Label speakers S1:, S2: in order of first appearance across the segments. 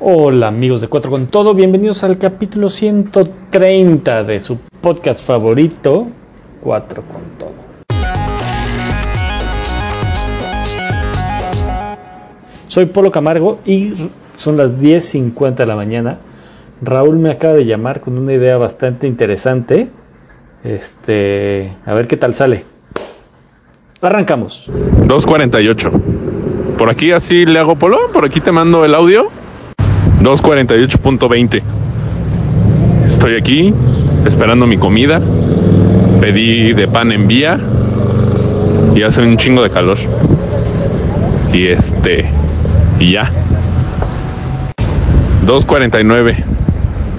S1: Hola amigos de Cuatro con Todo, bienvenidos al capítulo 130 de su podcast favorito, Cuatro con Todo. Soy Polo Camargo y son las 10.50 de la mañana. Raúl me acaba de llamar con una idea bastante interesante. Este, a ver qué tal sale. Arrancamos.
S2: 2.48. Por aquí así le hago polo, por aquí te mando el audio. 2.48.20. Estoy aquí esperando mi comida. Pedí de pan en vía y hace un chingo de calor. Y este y ya. 2.49.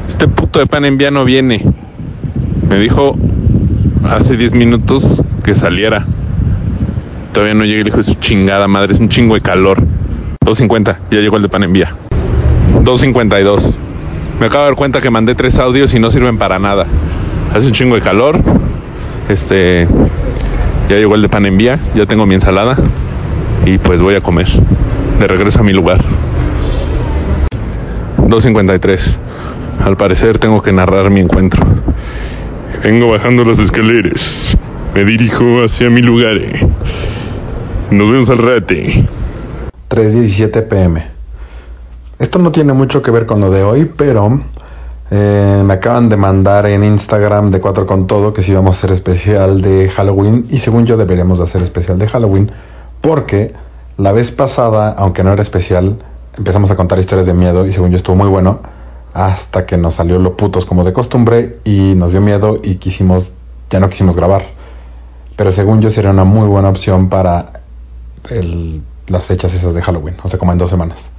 S2: Este puto de pan en vía no viene. Me dijo hace 10 minutos que saliera. Todavía no llega y le dijo, su chingada madre, es un chingo de calor. 2.50, ya llegó el de pan en vía. 2.52. Me acabo de dar cuenta que mandé tres audios y no sirven para nada. Hace un chingo de calor. Este. Ya llegó el de pan en vía, ya tengo mi ensalada. Y pues voy a comer. De regreso a mi lugar. 2.53. Al parecer tengo que narrar mi encuentro. Vengo bajando las escaleras. Me dirijo hacia mi lugar. eh. Nos vemos al rate.
S3: 3.17 pm. Esto no tiene mucho que ver con lo de hoy, pero eh, me acaban de mandar en Instagram de 4 con todo que si vamos a hacer especial de Halloween y según yo deberíamos de hacer especial de Halloween porque la vez pasada, aunque no era especial, empezamos a contar historias de miedo y según yo estuvo muy bueno hasta que nos salió lo putos como de costumbre y nos dio miedo y quisimos ya no quisimos grabar. Pero según yo sería una muy buena opción para el- las fechas esas de Halloween, o sea, como en dos semanas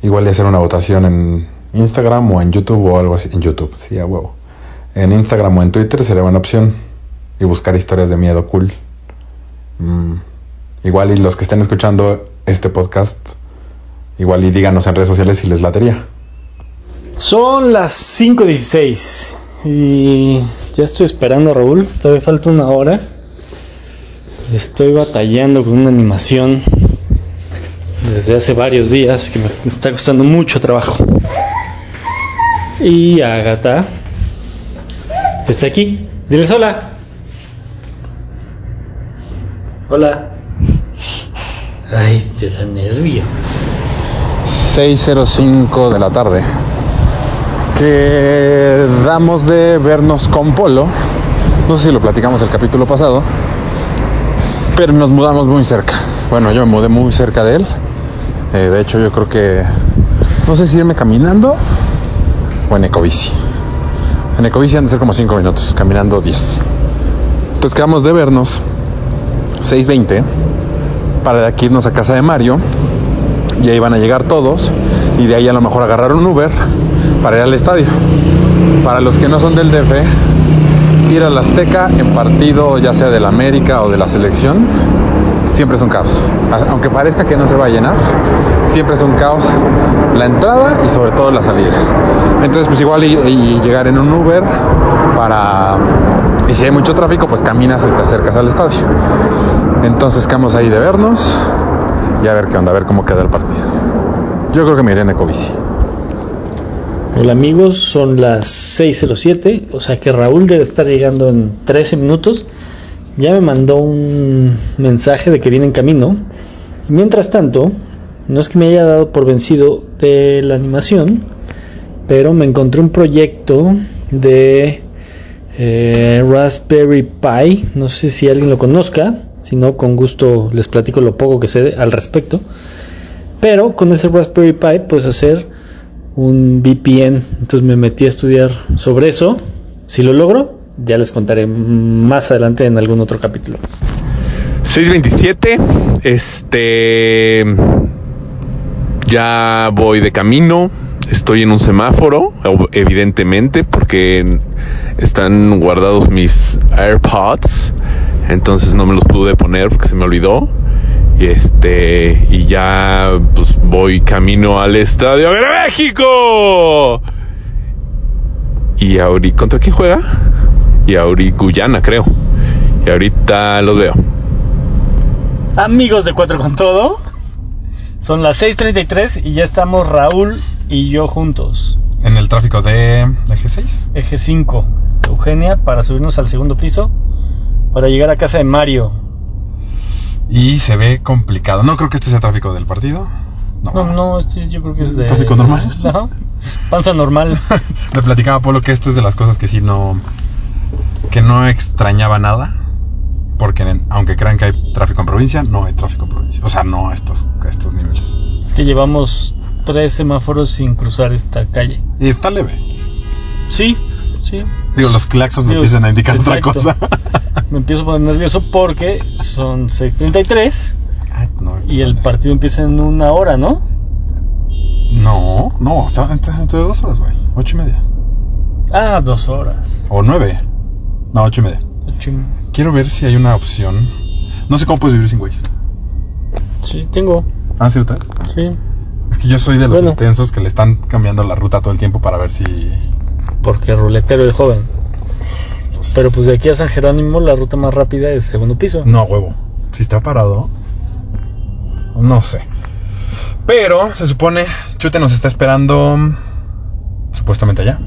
S3: igual y hacer una votación en Instagram o en YouTube o algo así. En YouTube, sí, a huevo. En Instagram o en Twitter sería buena opción. Y buscar historias de miedo cool. Mm, Igual y los que estén escuchando este podcast, igual y díganos en redes sociales si les latería.
S1: Son las 5.16 y ya estoy esperando a Raúl, todavía falta una hora. Estoy batallando con una animación desde hace varios días que me está costando mucho trabajo. Y Agatha está aquí. Diles hola. Hola. Ay, te da nervio.
S3: 6.05 de la tarde. Quedamos de vernos con Polo. No sé si lo platicamos el capítulo pasado. Pero nos mudamos muy cerca. Bueno, yo me mudé muy cerca de él. Eh, de hecho, yo creo que... No sé si irme caminando o en ecobici. En ecobici han de ser como 5 minutos, caminando 10. Entonces quedamos de vernos 6.20 para de aquí irnos a casa de Mario ya iban a llegar todos y de ahí a lo mejor agarrar un Uber para ir al estadio. Para los que no son del DF, ir al Azteca en partido ya sea del América o de la selección siempre es un caos. A- Aunque parezca que no se va a llenar, siempre es un caos la entrada y sobre todo la salida. Entonces pues igual y, y llegar en un Uber para... Y si hay mucho tráfico, pues caminas y te acercas al estadio. Entonces quedamos ahí de vernos y a ver qué onda, a ver cómo queda el partido. Yo creo que me iré en Ecobici.
S1: Hola amigos, son las 6.07, o sea que Raúl debe estar llegando en 13 minutos. Ya me mandó un mensaje de que viene en camino. Y mientras tanto, no es que me haya dado por vencido de la animación, pero me encontré un proyecto de eh, Raspberry Pi. No sé si alguien lo conozca, si no, con gusto les platico lo poco que sé al respecto. Pero con ese Raspberry Pi puedes hacer un VPN. Entonces me metí a estudiar sobre eso. Si lo logro, ya les contaré más adelante en algún otro capítulo.
S2: 627. Este. Ya voy de camino. Estoy en un semáforo, ev- evidentemente, porque están guardados mis AirPods. Entonces no me los pude poner porque se me olvidó. Y este. Y ya pues, voy camino al estadio. ¡A ver a México! Y ahorita. ¿Contra quién juega? Y ahorita Guyana, creo. Y ahorita los veo.
S1: Amigos de Cuatro con Todo,
S4: Son las 6:33 y ya estamos Raúl y yo juntos.
S5: En el tráfico de, de G6.
S4: Eje 5, Eugenia, para subirnos al segundo piso, para llegar a casa de Mario.
S5: Y se ve complicado. No creo que este sea tráfico del partido. No,
S4: No, no, este yo creo que es de...
S5: ¿Tráfico normal?
S4: No, panza normal.
S5: Le platicaba a Polo que esto es de las cosas que sí no. que no extrañaba nada. Porque en- aunque crean que hay tráfico en provincia, no hay tráfico en provincia. O sea, no a estos, a estos niveles.
S4: Es que llevamos tres semáforos sin cruzar esta calle.
S5: Y está leve.
S4: Sí, sí.
S5: Digo, los claxos me
S4: Digo,
S5: empiezan a indicar
S4: exacto.
S5: otra cosa.
S4: Me empiezo a poner nervioso porque son 6.33
S5: Ay, no,
S4: y el partido empieza en una hora, ¿no?
S5: No, no, está está dentro de dos horas, güey. Ocho y media.
S4: Ah, dos horas.
S5: O nueve. No, ocho y media.
S4: Ocho y-
S5: Quiero ver si hay una opción. No sé cómo puedes vivir sin Waze.
S4: Sí, tengo.
S5: Ah, ¿cierto?
S4: Sí.
S5: Es que yo soy de los
S4: Bueno.
S5: intensos que le están cambiando la ruta todo el tiempo para ver si.
S4: Porque ruletero el joven. Pero pues de aquí a San Jerónimo la ruta más rápida es segundo piso.
S5: No, huevo. Si está parado. No sé. Pero se supone, Chute nos está esperando. mm, Supuestamente allá.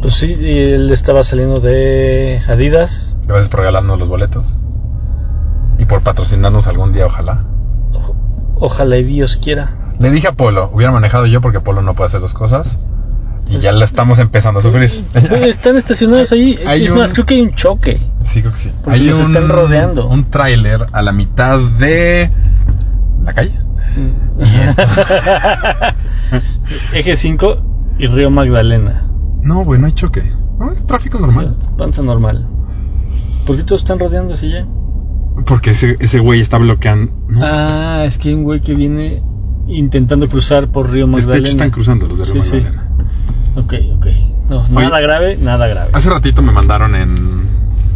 S4: Pues sí, y él estaba saliendo de Adidas.
S5: Gracias por regalarnos los boletos. Y por patrocinarnos algún día, ojalá.
S4: O- Ojalá y Dios quiera.
S5: Le dije a Polo, hubiera manejado yo porque Polo no puede hacer dos cosas. Y ya la estamos empezando a sufrir.
S4: Pero están estacionados ahí.
S5: Hay
S4: es
S5: un-
S4: más, creo que hay un choque.
S5: Sí, creo que sí.
S4: Porque los están rodeando.
S5: Un tráiler a la mitad de la calle. Y entonces-
S4: Eje 5 y Río Magdalena.
S5: no, güey, no hay choque. No, es tráfico normal.
S4: Panza normal. ¿Por qué todos están rodeando así ya?
S5: Porque ese, ese güey está bloqueando. No,
S4: Ah, es que hay un güey que viene intentando cruzar por Río
S5: es- Este, de hecho,
S4: Magdalena.
S5: están cruzando los de Río
S4: Sí, sí.
S5: Magdalena.
S4: Ok, ok. No, nada grave, nada grave.
S5: Hace ratito me mandaron en,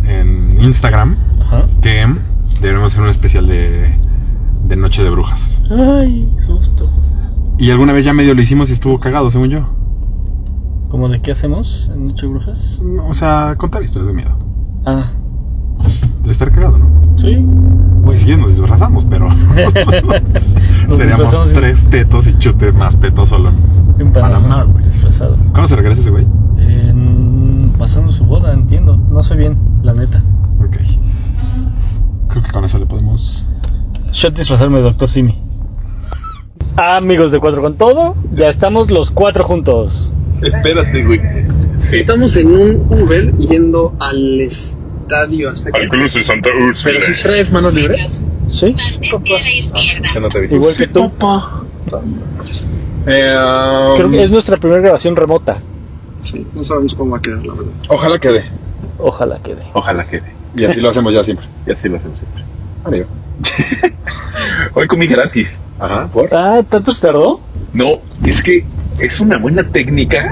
S5: en Instagram
S4: Ajá.
S5: que deberíamos hacer un especial de, de Noche de Brujas.
S4: Ay, susto.
S5: Y alguna vez ya medio lo hicimos y estuvo cagado, según yo.
S4: ¿Cómo de qué hacemos en Noche de Brujas?
S5: No, O sea, contar historias de miedo.
S4: Ah,
S5: De estar cagado, ¿no?
S4: sí.
S5: Pues sí, nos disfrazamos, pero
S4: Nos
S5: seríamos
S4: disfrazamos de-
S5: tres tetos y chutes más tetos solo.
S4: de un Panamá,
S5: Panamá, güey.
S4: disfrazado.
S5: ¿Cuándo se regresa ese güey?
S4: En- pasando su boda, entiendo. No sé bien, la neta.
S5: Ok. Creo que con eso le podemos.
S4: Yo disfrazarme de Doctor Simi. Amigos de Cuatro con Todo, ya estamos los cuatro juntos.
S2: Espérate, güey.
S6: Estamos en un Uber yendo al estadio hasta
S2: Al Cruz de Santa Úrsula.
S6: Pero si traes manos libres.
S4: ¿Sí?
S1: Mantente a la izquierda.
S5: Que no te vi.
S4: Igual que tú.
S5: Eh,
S4: Creo que es nuestra primera grabación remota.
S6: Sí, no sabemos cómo va a quedar, la verdad.
S5: Ojalá quede.
S4: Ojalá quede.
S2: Ojalá quede.
S5: Y así lo hacemos ya siempre.
S2: Y así lo hacemos siempre.
S5: Arriba.
S2: Hoy comí gratis.
S5: Ajá, por.
S4: Ah, ¿tanto se tardó?
S2: No, es que es una buena técnica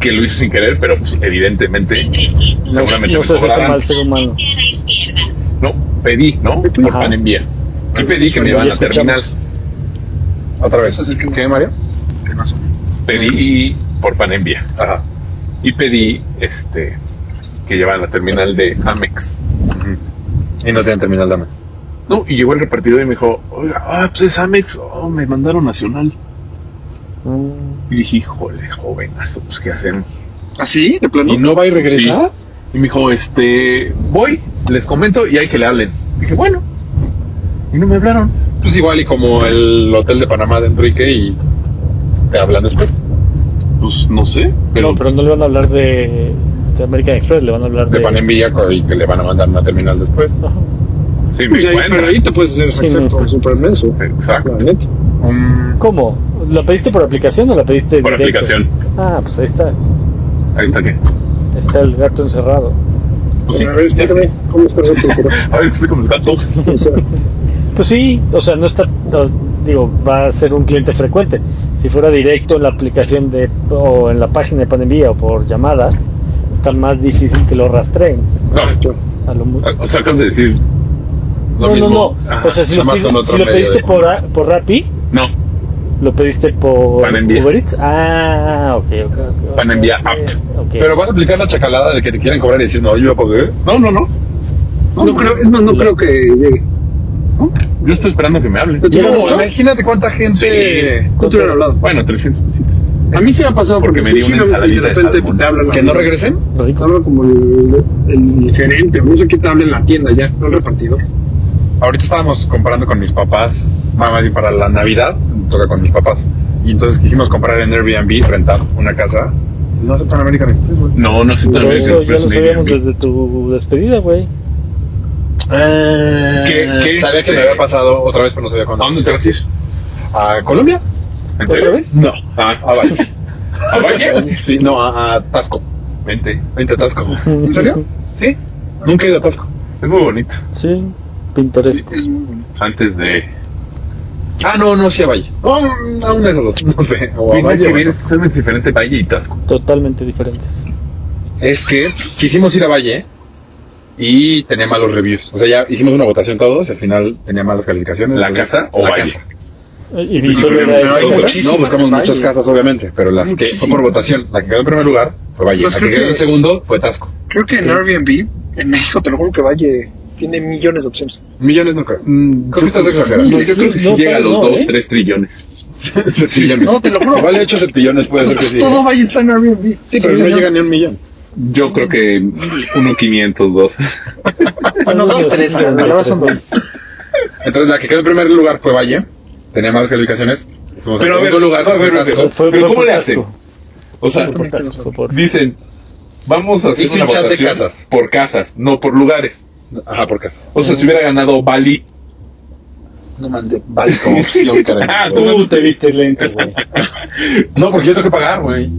S2: que lo hizo sin querer, pero pues, evidentemente,
S1: 300.
S2: seguramente
S4: No
S2: me
S4: seas ese
S2: cobrarán.
S4: mal ser humano.
S1: Mantente a la izquierda.
S2: No, pedí, ¿no?
S6: Pedí.
S2: Por pan envía. Y pedí que me
S4: Ya
S2: llevan a terminal.
S4: escuchamos.
S5: Otra vez.
S6: Acérquenme.
S5: ¿Qué, Mario?
S2: Pedí por pan envía.
S5: Ajá.
S2: Y pedí este que llevan a terminal de Amex.
S5: Y no tienen terminal damas.
S2: No, y llegó el repartidor y me dijo, oiga, ah, pues es Amex, oh, me mandaron Nacional.
S4: Mm.
S2: Y dije, híjole, jovenazo, pues ¿qué hacemos?
S5: ¿Ah,
S6: ¿Así? ¿De plano?
S5: ¿Y no va y
S2: Sí.
S5: regresa?
S2: Y me dijo, este, voy, les comento y hay que le hablen. Dije, bueno. Y no me hablaron.
S5: Pues igual y como el hotel de Panamá de Enrique y te hablan después.
S2: Pues no sé, pero,
S4: No, pero no le van a hablar de, de American Express, le van a hablar de...
S5: De Panenvía y que le van a mandar una terminal después.
S4: Ajá.
S2: sí, me
S6: Pues ahí,
S2: encuentran.
S6: pero ahí te puedes hacer
S4: Sí, no.
S6: exacto, súper inmenso.
S2: Exacto,
S6: La neta.
S4: ¿Cómo? ¿La pediste por aplicación o la pediste
S2: por
S4: directo?
S2: aplicación.
S4: Ah, pues ahí está.
S2: Ahí está que.
S4: Está el gato encerrado.
S2: Pues sí,
S6: a ver,
S2: ya sé.
S6: espérame, ¿cómo está el otro?
S2: A ver, explícame el dato.
S6: Pero, o sea,
S4: Pues sí, o sea, no está, no, digo, va a ser un cliente frecuente. Si fuera directo en la aplicación de, o en la página de Panenvía o por llamada, está más difícil que lo rastreen.
S2: No,
S4: A lo mu-
S2: o sea, acabas de decir lo
S4: no,
S2: mismo.
S4: no, no.
S2: Ajá.
S4: O sea, si
S5: nada
S4: lo,
S5: más
S4: pide-
S5: con otro
S4: si lo
S5: medio
S4: pediste
S5: de
S4: por, a- por Rappi,
S2: No,
S4: lo pediste por
S2: Panenvía.
S4: Uber Eats. Ah, ok, ok. ok,
S2: Panenvía
S4: ok,
S2: app.
S4: ok.
S5: Pero vas a aplicar la chacalada de que te quieren cobrar y decir, no, yo ya pagué.
S2: no, no, no.
S6: No creo, es más, no creo que llegue.
S2: ¿no? Yo estoy esperando que me hablen.
S6: ¿Te
S1: ¿Llega
S6: tocó
S1: mucho?
S6: mucho? Imagínate cuánta gente.
S2: Sí.
S6: ¿Cuánto hubieran hablado?
S2: Bueno, 300 pesitos.
S6: A mí sí me ha pasado
S2: Porque
S6: porque,
S2: me di
S6: fui
S2: una
S6: giro y de
S2: ensaladita de
S6: repente
S2: salmón.
S6: te hablan.
S3: ¿Que no regresen?
S6: Te
S1: Rico.
S6: hablan como el, el gerente o no sé qué te habla en la tienda ya, no el repartidor.
S3: Ahorita estábamos comparando con mis papás, más más bien para la Navidad, toca con mis papás. Y entonces quisimos comprar en Airbnb, rentar una casa. No sé, para American Express, güey.
S2: No, no sé
S1: Pero
S2: también
S1: eso ya lo
S2: Express en
S1: sabíamos
S2: Airbnb.
S1: desde tu despedida, güey.
S4: Eh,
S2: ¿Qué-
S5: Ah,
S2: qué,
S3: sabía que
S2: este?
S3: me había pasado otra vez, pero no sabía cuándo.
S2: ¿A dónde te vas a ir?
S3: ¿A Colombia?
S2: ¿En serio?
S1: vez?
S2: No.
S3: ¿A
S2: Ah,
S3: Valle?
S2: ¿A Valle?
S3: Sí, no, a, a Tasco.
S2: Vente.
S3: Vente a Tasco. ¿En serio? Sí. Nunca he ido a Tasco.
S2: Es muy bonito.
S1: Sí, pintoresco.
S2: Antes de.
S3: Ah, no, no, sí a Valle. No, a una de esas dos. No sé. O a
S2: Mira
S3: Valle.
S2: que
S3: o a
S2: bien,
S3: Tasco.
S2: es totalmente diferente Valle y Tasco.
S1: Totalmente diferentes.
S3: es que quisimos ir a Valle y tenía malos reviews. O sea, ya hicimos una votación todos y al final tenía malas calificaciones.
S2: ¿La
S3: Entonces,
S2: casa o
S3: la
S2: Valle?
S3: casa.
S1: Y, y
S2: Y
S1: solo
S2: no,
S1: era
S2: no,
S1: esa
S2: hay
S1: casa.
S2: muchísimas
S3: No, buscamos
S6: en
S3: muchas
S6: Valle.
S3: casas, obviamente, pero las que fue por votación. La que quedó en primer lugar fue Valle.
S6: Pues
S3: la que
S6: creo
S3: quedó en
S6: que-
S3: segundo fue Tasco.
S6: Creo que en Airbnb, en México, te lo juro que Valle tiene millones de opciones.
S3: Millones no creo. Creo que estás
S2: Yo
S3: exagerando.
S1: sí,
S2: creo que si
S1: no,
S2: llega a
S1: tal vez
S2: los
S1: no,
S2: 2,
S1: ¿eh?
S2: 3 trillones.
S3: Septillones.
S6: No, te lo juro.
S3: Vale, 8 septillones puede ser que sí.
S6: Todo Valle está en Airbnb.
S3: Sí, pero no llega ni a un millón.
S2: Yo creo que 1.500, 2.
S6: Bueno, Pues dos, tres, pero la verdad son dos.
S3: Entonces, la que quedó en primer lugar fue Valle. Tenía malas calificaciones. Fuimos
S2: Pero a
S3: al
S2: ver,
S3: segundo lugar.
S2: a ver,
S3: fue
S2: a ver,
S3: Tasco.
S1: Fue-
S2: Pero
S1: fue
S2: ¿cómo
S1: por
S2: le
S1: Tasco,
S2: O sea,
S1: fue por Tasco, fue por-
S2: dicen, vamos a hacer
S3: Hice
S2: una
S3: un chat de
S2: votación
S3: casas.
S2: por casas, no por lugares.
S3: Ajá, por casa.
S2: O
S1: Mm.
S2: sea, si hubiera ganado Bali,
S3: No mandé Valle como opción,
S2: Ah,
S3: carajo.
S2: tú.
S1: Tú te viste lento, güey.
S3: No, porque yo tengo que pagar, güey.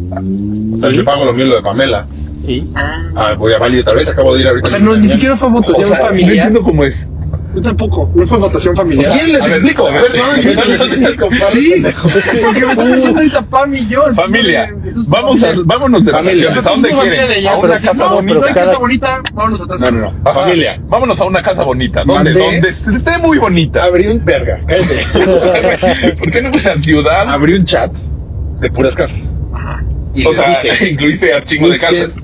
S3: O sea, yo pago lo mío y lo de Pamela.
S1: Y
S3: Ah, voy a Valle tal vez, acabo de ir ahorita.
S6: O sea, no, ni siquiera fue votación
S3: O sea,
S2: no
S6: familiar.
S2: entiendo cómo es.
S6: Yo tampoco, no fue votación
S3: O
S6: familiar.
S3: sea, ¿Quién les
S2: A ver,
S3: explico?
S2: a ver,
S3: A ver, no,
S2: sí,
S3: yo no les
S2: sí, sí.
S3: explico.
S6: Sí,
S3: pendejo.
S6: porque me está pensando ahorita Pam y yo.
S2: Familia,
S6: Entonces,
S2: vamos a, vámonos de
S3: Familia.
S2: vacaciones. ¿A dónde
S6: Tú no vale de
S2: quieren?
S6: ya,
S2: A
S6: pero
S2: una
S6: si
S2: casa
S6: no,
S2: bonita.
S6: No hay
S1: cada-
S6: casa bonita, vámonos atrás.
S3: No, no, no.
S2: Ajá.
S3: Familia.
S2: Vámonos a una casa bonita. Donde,
S3: Mandé-
S2: donde esté muy bonita.
S3: Abrí un verga. Cállate.
S2: ¿Por qué no una ciudad?
S3: Abrí un chat de puras casas. Y
S2: O
S3: les
S2: sea,
S3: dije,
S2: incluiste a chingo de
S3: busquen-
S2: casas.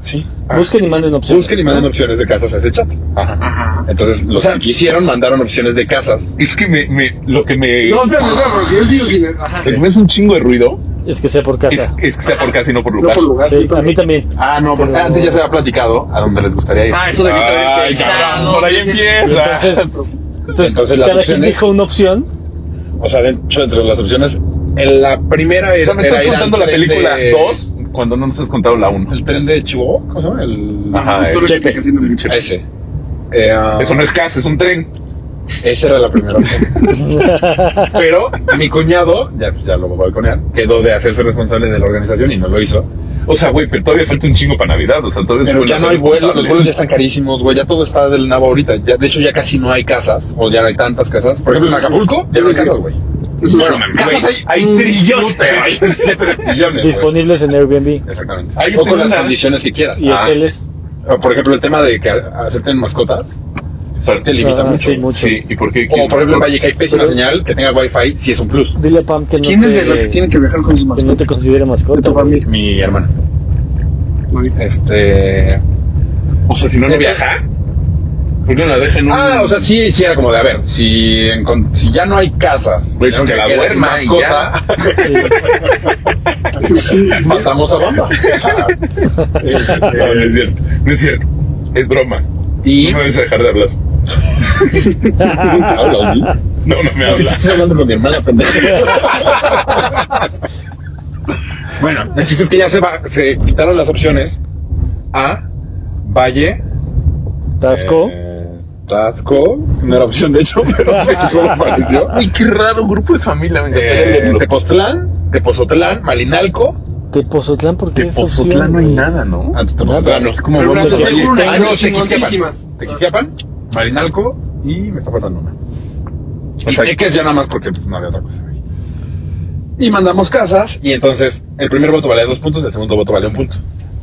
S3: Sí.
S4: Ah.
S1: busquen y manden opciones.
S3: Busquen y manden opciones de casas a ese chat.
S2: Ajá.
S3: Entonces, los que hicieron mandaron opciones de casas.
S2: Es que me, me, lo que me,
S6: No, espérame, espérame, porque yo sigo sin. Ajá.
S2: lo que me hace un chingo de ruido
S1: Es que sea por
S2: es,
S1: casa.
S2: es que sea por casa y no por
S6: No
S2: lugar.
S6: por lugar.
S1: Sí,
S6: yo
S1: a mí
S6: también.
S1: también.
S3: Ah, no,
S1: porque antes ya se
S3: había platicado a dónde les gustaría ir.
S6: Ah, eso de que está bien
S2: Ay, cabrón,
S6: pesado.
S2: por ahí empieza.
S1: Entonces, entonces,
S3: Entonces, las
S1: cada quien
S3: opciones-
S1: dijo una opción.
S3: O sea, de hecho, entre las opciones, en la primera
S2: O
S3: era.
S2: sea, me estás
S3: era ir al
S2: contando la
S3: tren
S2: película
S3: de-
S2: 2 cuando no nos has contado la 1.
S3: El tren de Chihuahua, ¿cómo se llama? El...
S2: Ajá,
S6: Justo lo que
S1: Chepe.
S6: estoy haciendo.
S3: A Ese. Eh, ah,
S2: Eso no es casa, es un tren.
S3: Esa era la primera opción. Pero mi cuñado, ya, pues, ya lo voy a balconear, quedó de hacerse responsable de la organización y no lo hizo.
S2: O sea, güey, pero todavía falta un chingo para Navidad. O sea, todavía se
S3: Pero ya
S2: vuelven
S3: no hay vuelos, los
S2: responsables.
S3: vuelos ya están carísimos, güey, ya todo está del nabo ahorita. Ya, de hecho, ya casi no hay casas, o ya no hay tantas casas. Por ejemplo, en Acapulco ya no hay casas, güey.
S6: Eso
S3: Bueno,
S6: es-
S3: casas hay, hay trillones, hay siete trillones, güey.
S1: disponibles en Airbnb
S3: Exactamente.
S2: Ahí
S3: o con
S2: tengo
S3: las
S2: una-
S3: condiciones que quieras.
S1: y
S2: Ah.
S1: hoteles.
S3: O, Por ejemplo, el tema de que acepten mascotas, sí te limita
S1: Ah,
S3: mucho.
S1: sí, mucho.
S2: Sí, ¿y Oh, por qué?
S3: O por ejemplo en Valle que hay pésima señal, que tenga wifi, si es un plus.
S1: Dile a Pam que no,
S6: ¿Quién
S1: te,
S6: es de los que tienen que viajar con sus
S1: que no te
S6: mascotas?
S1: considere
S6: De
S1: mascota.
S6: tu
S1: güey.
S6: familia.
S3: Mi hermana. Este. eh,
S2: O sea, si no, no viaja. ¿Por qué no la dejan en un...
S3: Ah, o sea, sí, sí era como de a ver, si, encon- si ya no hay casas,
S2: Güey, pues
S3: aunque
S2: que la
S3: quede sin
S2: duerma y
S3: mascota,
S1: Sí.
S3: matamos a Bamba. O sea,
S2: No, no es cierto. No es cierto. Es broma.
S3: y
S2: No me vas a dejar de hablar.
S3: nunca hablas, ¿sí?
S2: No, no me
S3: ¿Por qué
S2: hablas.
S3: estás hablando con mi hermana, pendejo? bueno, el chiste es que ya se, va- se quitaron las opciones a Valle,
S1: Tasco.
S3: eh, Tasco, no era opción de hecho, pero me apareció.
S2: Ay, qué raro grupo de familia. Me encantaría
S3: Eh,
S2: verlo.
S3: Tepoztlán, Tepozotlán, Malinalco,
S1: Tepozotlán, ¿por qué es opción? güey?
S2: ¿no?
S3: antes Tepozotlán, no.
S2: como
S6: Pero
S2: vamos
S6: las
S2: a-
S6: de seguro,
S3: Ah,
S6: hay
S3: no, Tequisquiapan,
S6: chingoncísimas.
S3: Tequisquiapan, Malinalco y me está faltando una. O sea, que es ya nada más porque pues, no había otra cosa. güey. Y mandamos casas y entonces el primer voto valía dos puntos, el segundo voto valía un punto.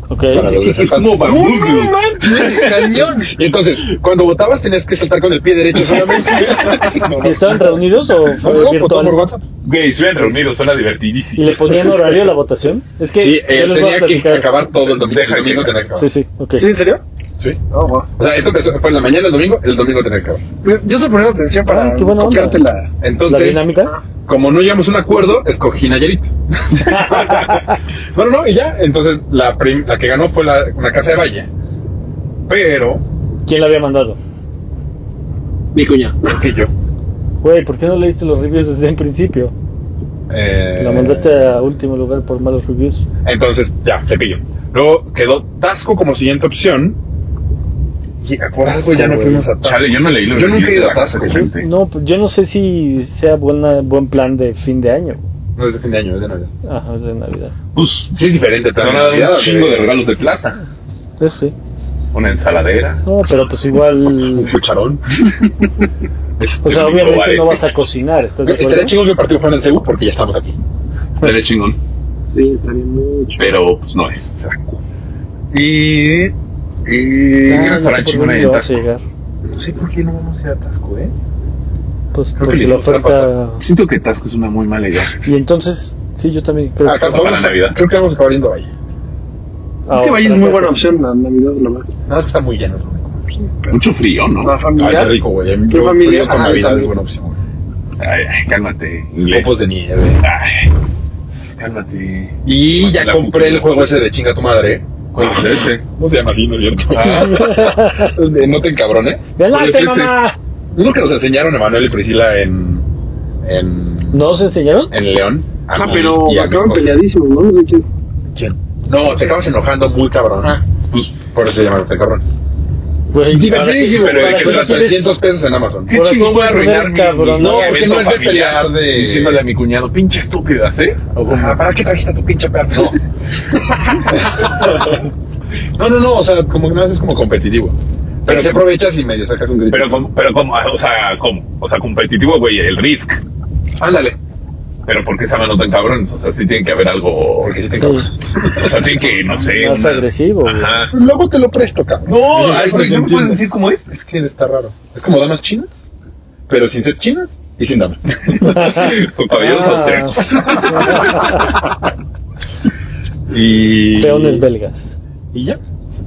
S1: Ok.
S3: Para los
S2: Es como
S3: desempates.
S2: bambuses.
S6: Cañón.
S3: Y entonces, cuando votabas tenías que saltar con el pie derecho solamente.
S1: ¿Y ¿Estaban reunidos o
S3: No,
S1: fue
S3: no, pues, votó
S1: virtual?
S3: por WhatsApp.
S2: Güey, si hubieran reunido, suena
S1: ¿Y
S2: divertidísimo.
S1: le ponían horario a la votación? Es que
S3: Sí,
S1: yo
S3: él
S1: les voy a
S3: tenía que
S1: platicar.
S3: acabar todo el domingo.
S2: Deja
S3: el domingo
S2: que-
S3: tenía que acabar.
S1: Sí, sí, ok.
S6: ¿Sí, en serio?
S3: Sí. Sí.
S6: No, bueno.
S3: O sea, esto que fue en la mañana el domingo, el domingo tenía que haber.
S6: Yo estoy poniendo atención para
S1: Ah, qué buena onda.
S6: copiarte la.
S1: ¿La
S3: Entonces,
S1: dinámica?
S3: como no llegamos a un acuerdo, escogí Nayarit. bueno, no, y ya. Entonces, la, prim- la que ganó fue la, una casa de valle. Pero,
S1: ¿Quién la había mandado?
S6: Mi cuñado.
S3: que yo.
S1: Güey, ¿por qué no leíste los reviews desde el principio?
S3: Eh,
S1: La mandaste a último lugar por malos reviews.
S3: Entonces, ya, cepillo. Luego quedó Tasco como siguiente opción. Y por algo ya no
S1: güey.
S3: fuimos a Tasco.
S2: Chale, yo no leí los
S3: Yo nunca he
S2: reviews
S3: ido
S2: de
S3: a
S2: la
S3: Tasco,
S2: casa,
S3: güey.
S2: gente.
S1: No, pues yo no sé si sea buena, buen plan de fin de año.
S3: No es de fin de año, es de Navidad.
S1: Ajá, de Navidad.
S2: Pues,
S3: Sí, es diferente,
S2: te
S3: pero
S2: van a dar un chingo de regalos de plata.
S1: Eso sí.
S2: Una ensaladera.
S1: No, pero pues igual...
S3: cucharón.
S1: O sea,
S2: Este,
S1: obviamente
S2: barete.
S1: no vas a cocinar, ¿estás de acuerdo?
S3: Estaría chingón que el partido fuera en CEU porque ya estamos aquí.
S2: Estaría chingón.
S6: Sí, estaría mucho.
S2: Pero, pues, no es.
S3: Y. Y.
S1: Ah,
S3: un
S1: no sé
S3: restaurante
S1: por
S3: chingón ahí
S1: dónde
S3: en
S1: vas a
S3: Tasco.
S1: llegar.
S3: No sé por qué no vamos a ir a Tasco, ¿eh?
S1: Pues
S3: Creo que
S1: porque
S3: le
S1: la
S3: hicimos trampa a
S1: oferta...
S2: Siento que Tasco es una muy mala idea.
S1: Y entonces, sí, yo también creo
S3: Acá
S2: para
S3: vamos a-
S2: Navidad.
S3: Creo que vamos a acabar yendo a Valle.
S1: Ah,
S6: es que Valle es muy
S1: otra
S6: buena
S1: cosa.
S6: opción, la Navidad es lo más.
S3: Nada más que está muy lleno, es lo único.
S2: Mucho frío, ¿no?
S6: La
S3: Ay,
S6: familia.
S3: qué rico, güey. Yo,
S6: Tu
S3: yo
S6: familia,
S3: con
S6: ah,
S3: Navidad
S6: también.
S3: es buena opción, güey.
S2: Ay, ay, cálmate, inglés.
S3: Copos de nieve.
S2: Ay, cálmate.
S3: Y
S2: Mata
S3: ya
S2: la
S3: compré el
S2: cucaracha.
S3: juego ese de chinga tu madre.
S2: ¿Cuál es ese?
S3: No se llama así, ¿no es cierto?
S1: Ah.
S3: De no te encabrones.
S1: ¡Delante,
S3: Oye, fíjate,
S1: mamá!
S3: Uno que nos enseñaron Emanuel y Priscila en. en.
S1: ¿No se enseñaron?
S3: en León. A
S6: Ah,
S3: mí
S6: pero
S3: y a mi
S6: acaban
S3: esposa.
S6: peleadísimos, ¿no? No sé quién.
S3: ¿Quién? No, te acabas enojando muy cabrón.
S6: Ah.
S3: Pues, por eso se llama No te encabrones.
S1: Güey,
S3: Divertidísimo,
S1: ¿para
S3: pero de
S1: qué
S3: que
S1: lo
S3: está
S1: quieres?
S3: 300 pesos en Amazon.
S2: Qué
S1: Ahora
S2: chingón
S1: sí
S2: voy a
S1: quiero
S2: arruinar
S1: ver,
S2: mi,
S1: cabrón.
S2: mi
S1: No,
S2: evento
S3: porque no es de
S2: familiar
S3: pelear de-
S2: Diciéndole a mi cuñado, pinche estúpida, ¿sí?
S3: Ajá, ¿Para qué trajiste a tu pinche perro? No. no, no, no, o sea, como que no es como competitivo. Pero si aprovechas y medio sacas un grito.
S2: Pero, como- pero como, o sea, ¿cómo? O sea, competitivo, güey, el risk.
S3: Ándale.
S2: Pero ¿por qué se llaman no tan cabrones? O sea, sí tiene que haber algo...
S3: Porque si te
S1: Sí.
S3: encabronas.
S2: O sea, tiene que, no sé...
S1: Más agresivo, güey.
S2: Ajá.
S3: Pues Luego te lo presto, cabrón.
S2: No,
S3: Sí,
S2: ay,
S3: porque
S2: güey, ¿no me puedes
S3: entiendo.
S2: decir cómo es?
S3: Es que está raro. Es como damas chinas, pero sin ser chinas y sin damas.
S2: Son caballeros
S1: Ah.
S2: austeros.
S3: y.
S1: Peones belgas.
S3: Y ya.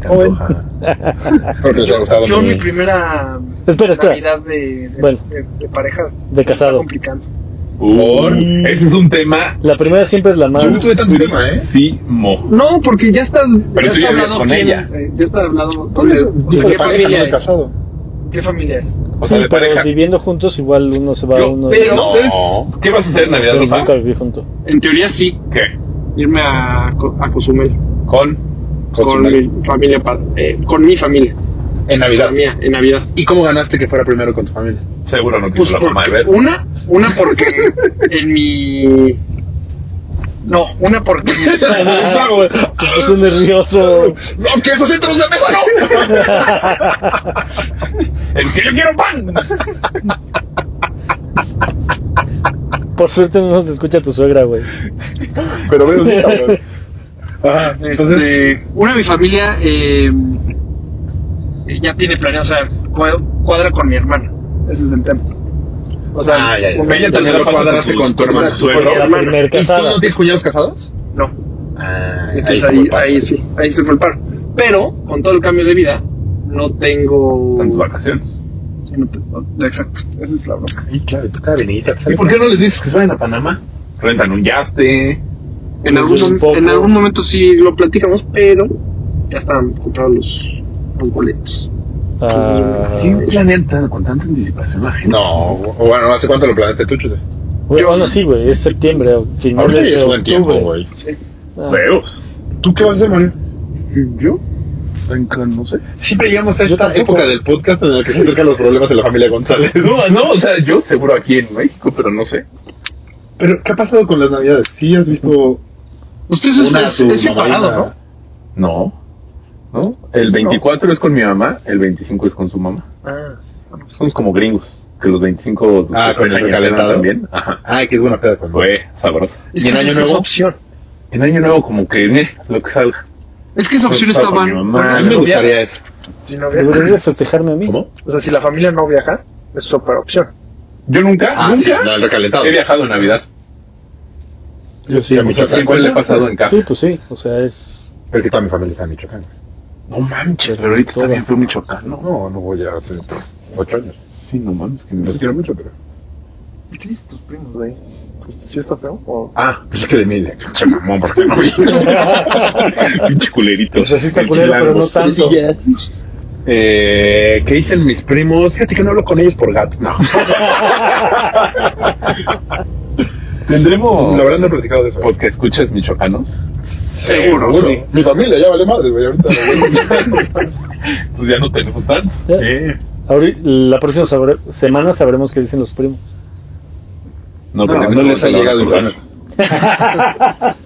S2: Oh,
S1: Joven.
S3: Creo que les ha gustado.
S6: Yo,
S3: mi-
S6: mi primera
S1: Espera, espera.
S6: Navidad de, de,
S1: Bueno.
S6: de- de pareja.
S1: De casado.
S6: Complicado.
S2: Por... Ese Este es un tema...
S1: La primera siempre es la más...
S3: Yo no tuve tanto tema, ¿eh?
S2: Sí, mo.
S6: No, porque ya está.
S2: Pero
S6: ya
S2: tú
S6: está
S2: ya vivías
S6: hablado
S2: con
S6: quién,
S2: ella.
S6: eh, ya está hablado.
S3: ¿Dónde es?
S6: o sea,
S3: Digo,
S6: ¿Qué
S3: de pareja, no
S6: familia
S3: de
S6: es?
S3: casado.
S6: ¿Qué familia es?
S2: O
S1: Sí,
S2: sea, de
S1: pero
S2: pareja.
S1: viviendo juntos igual uno se va
S2: Yo-
S1: uno...
S6: pero-
S1: no,
S2: No.
S6: ¿Sabes?
S2: ¿Qué vas a hacer en Navidad,
S1: yo
S2: Rafa?
S1: nunca viví junto.
S6: En teoría sí,
S2: ¿Qué?
S6: irme a, Co- a Cozumel
S2: Con...
S6: con
S3: Cozumel.
S6: mi familia, pa- eh, con mi familia,
S3: En Navidad.
S6: la mía, en Navidad.
S3: ¿Y cómo ganaste que fuera primero con tu familia?
S2: Seguro no quiso
S6: Pues
S2: la mamá de
S6: porque-
S2: ver.
S6: una, una porque en mi no, una porque
S1: Ah, güey, se puso nervioso.
S3: ¡No, que esos centros de mesa no!
S2: ¡Es que yo quiero pan!
S1: Por suerte no nos escucha tu suegra, güey.
S3: Pero bueno, sí, cabrón. Ajá, entonces.
S6: Este, una de mi familia eh, ya tiene planeado, o sea, cua- cuadra con mi hermana. Ese es el tema. O sea,
S3: Ah, ya, ya.
S6: con
S2: Ella
S6: ella
S2: también
S6: también
S2: lo
S3: lo
S2: pasa
S3: cuadraste
S2: con tu
S3: con tu hermano.
S2: suegro.
S1: Era la
S6: hermana.
S1: primer casada.
S3: tienes cuñados casados?
S6: no.
S3: Ah,
S6: Entonces
S3: fue
S6: ahí,
S3: el padre.
S6: ahí sí, ahí se fue el paro. Pero con todo el cambio de vida no tengo.
S2: Están en sus vacaciones.
S6: Sí, no te- no, Exacto, esa es la bronca.
S3: Y claro, tú cada venidita te
S2: ¿Y
S3: sale.
S2: por qué no les dices que se vayan a Panamá? Rentan un yate.
S6: En algún,
S1: un
S6: mom-
S1: poco.
S6: en algún momento sí lo platicamos, pero ya están comprados los, los boletos.
S1: Ah,
S2: planean tan- con tanta anticipación la gente?
S3: No, bueno, ¿hace cuánto lo planeaste tú, Chute?
S1: güey, aún así, güey, es septiembre,
S3: Ahorita
S1: finales
S3: ya
S1: de
S3: es buen tiempo,
S1: octubre.
S3: güey.
S1: Ah,
S2: Veos.
S3: ¿Tú qué vas a hacer, Mario?
S2: ¿Yo? No sé.
S3: Siempre llegamos a
S1: Yo
S3: esta
S1: tampoco.
S3: época del podcast en la que se acercan los problemas de la familia González.
S2: No, no, o sea, yo seguro aquí en México, pero no sé.
S3: Pero, ¿qué ha pasado con las navidades? Sí, has visto
S6: Ustedes es,
S3: una
S6: es-
S3: tu
S6: es separado,
S3: madrina.
S6: ¿no?
S2: No. ¿No? El 24 es con mi mamá, el 25 es con su mamá. Somos como gringos, que los 25 los
S3: Ah, con el
S2: festejan
S3: recalentado.
S2: también. Ajá.
S3: Ay, Ah, que es buena peda con
S2: Fue sabroso.
S3: ¿Y
S6: Es que
S3: en Año
S6: esa Es
S3: Nuevo?
S6: opción.
S2: En año nuevo como que, eh, lo que salga.
S6: Es que esa opción
S2: Está
S6: estaba
S2: con mi mamá.
S3: A mí me gustaría eso.
S6: Si no
S1: Debería
S6: viaja.
S1: de festejarme a mí.
S3: ¿Cómo?
S6: O sea, si la familia no viaja, es súper opción.
S2: Yo nunca, nunca
S3: no, el recalentado.
S2: he viajado en Navidad.
S1: Yo sí.
S3: a mí
S2: O sea,
S3: Michoacán
S2: siempre le he
S3: cuenta.
S2: pasado en casa.
S1: Sí, pues sí, o sea, es...
S3: Es que toda mi familia está en Michoacán.
S2: No manches, pero ahorita está
S5: Todas.
S2: bien fue Michoacán, ¿no?
S3: No, no voy a hace ocho años.
S2: Sí, no mames, que me
S3: Los quiero mucho, pero.
S7: ¿Y qué dicen tus primos de ahí? Pues, ¿Sí está feo? ¿O
S3: Ah, pues es que de mí, de pinche mamón, ¿por qué no vino? pinche culerito.
S1: O sea, sí está culero, pero no tanto.
S3: Eh, ¿Qué dicen mis primos? Fíjate que no hablo con ellos por gato. No.
S2: Tendremos
S3: La verdad no he platicado de eso.
S2: porque escuches michoacanos.
S3: seguro,
S2: sí.
S3: Mi familia ya vale madre, güey. Ahorita
S2: Entonces ya no tenemos tantos.
S3: Eh,
S1: Ahori- la próxima sabre- semana sabremos qué dicen los primos.
S2: No,
S3: No,
S2: porque
S3: no
S2: no
S3: les ha llegado
S2: internet.
S3: internet.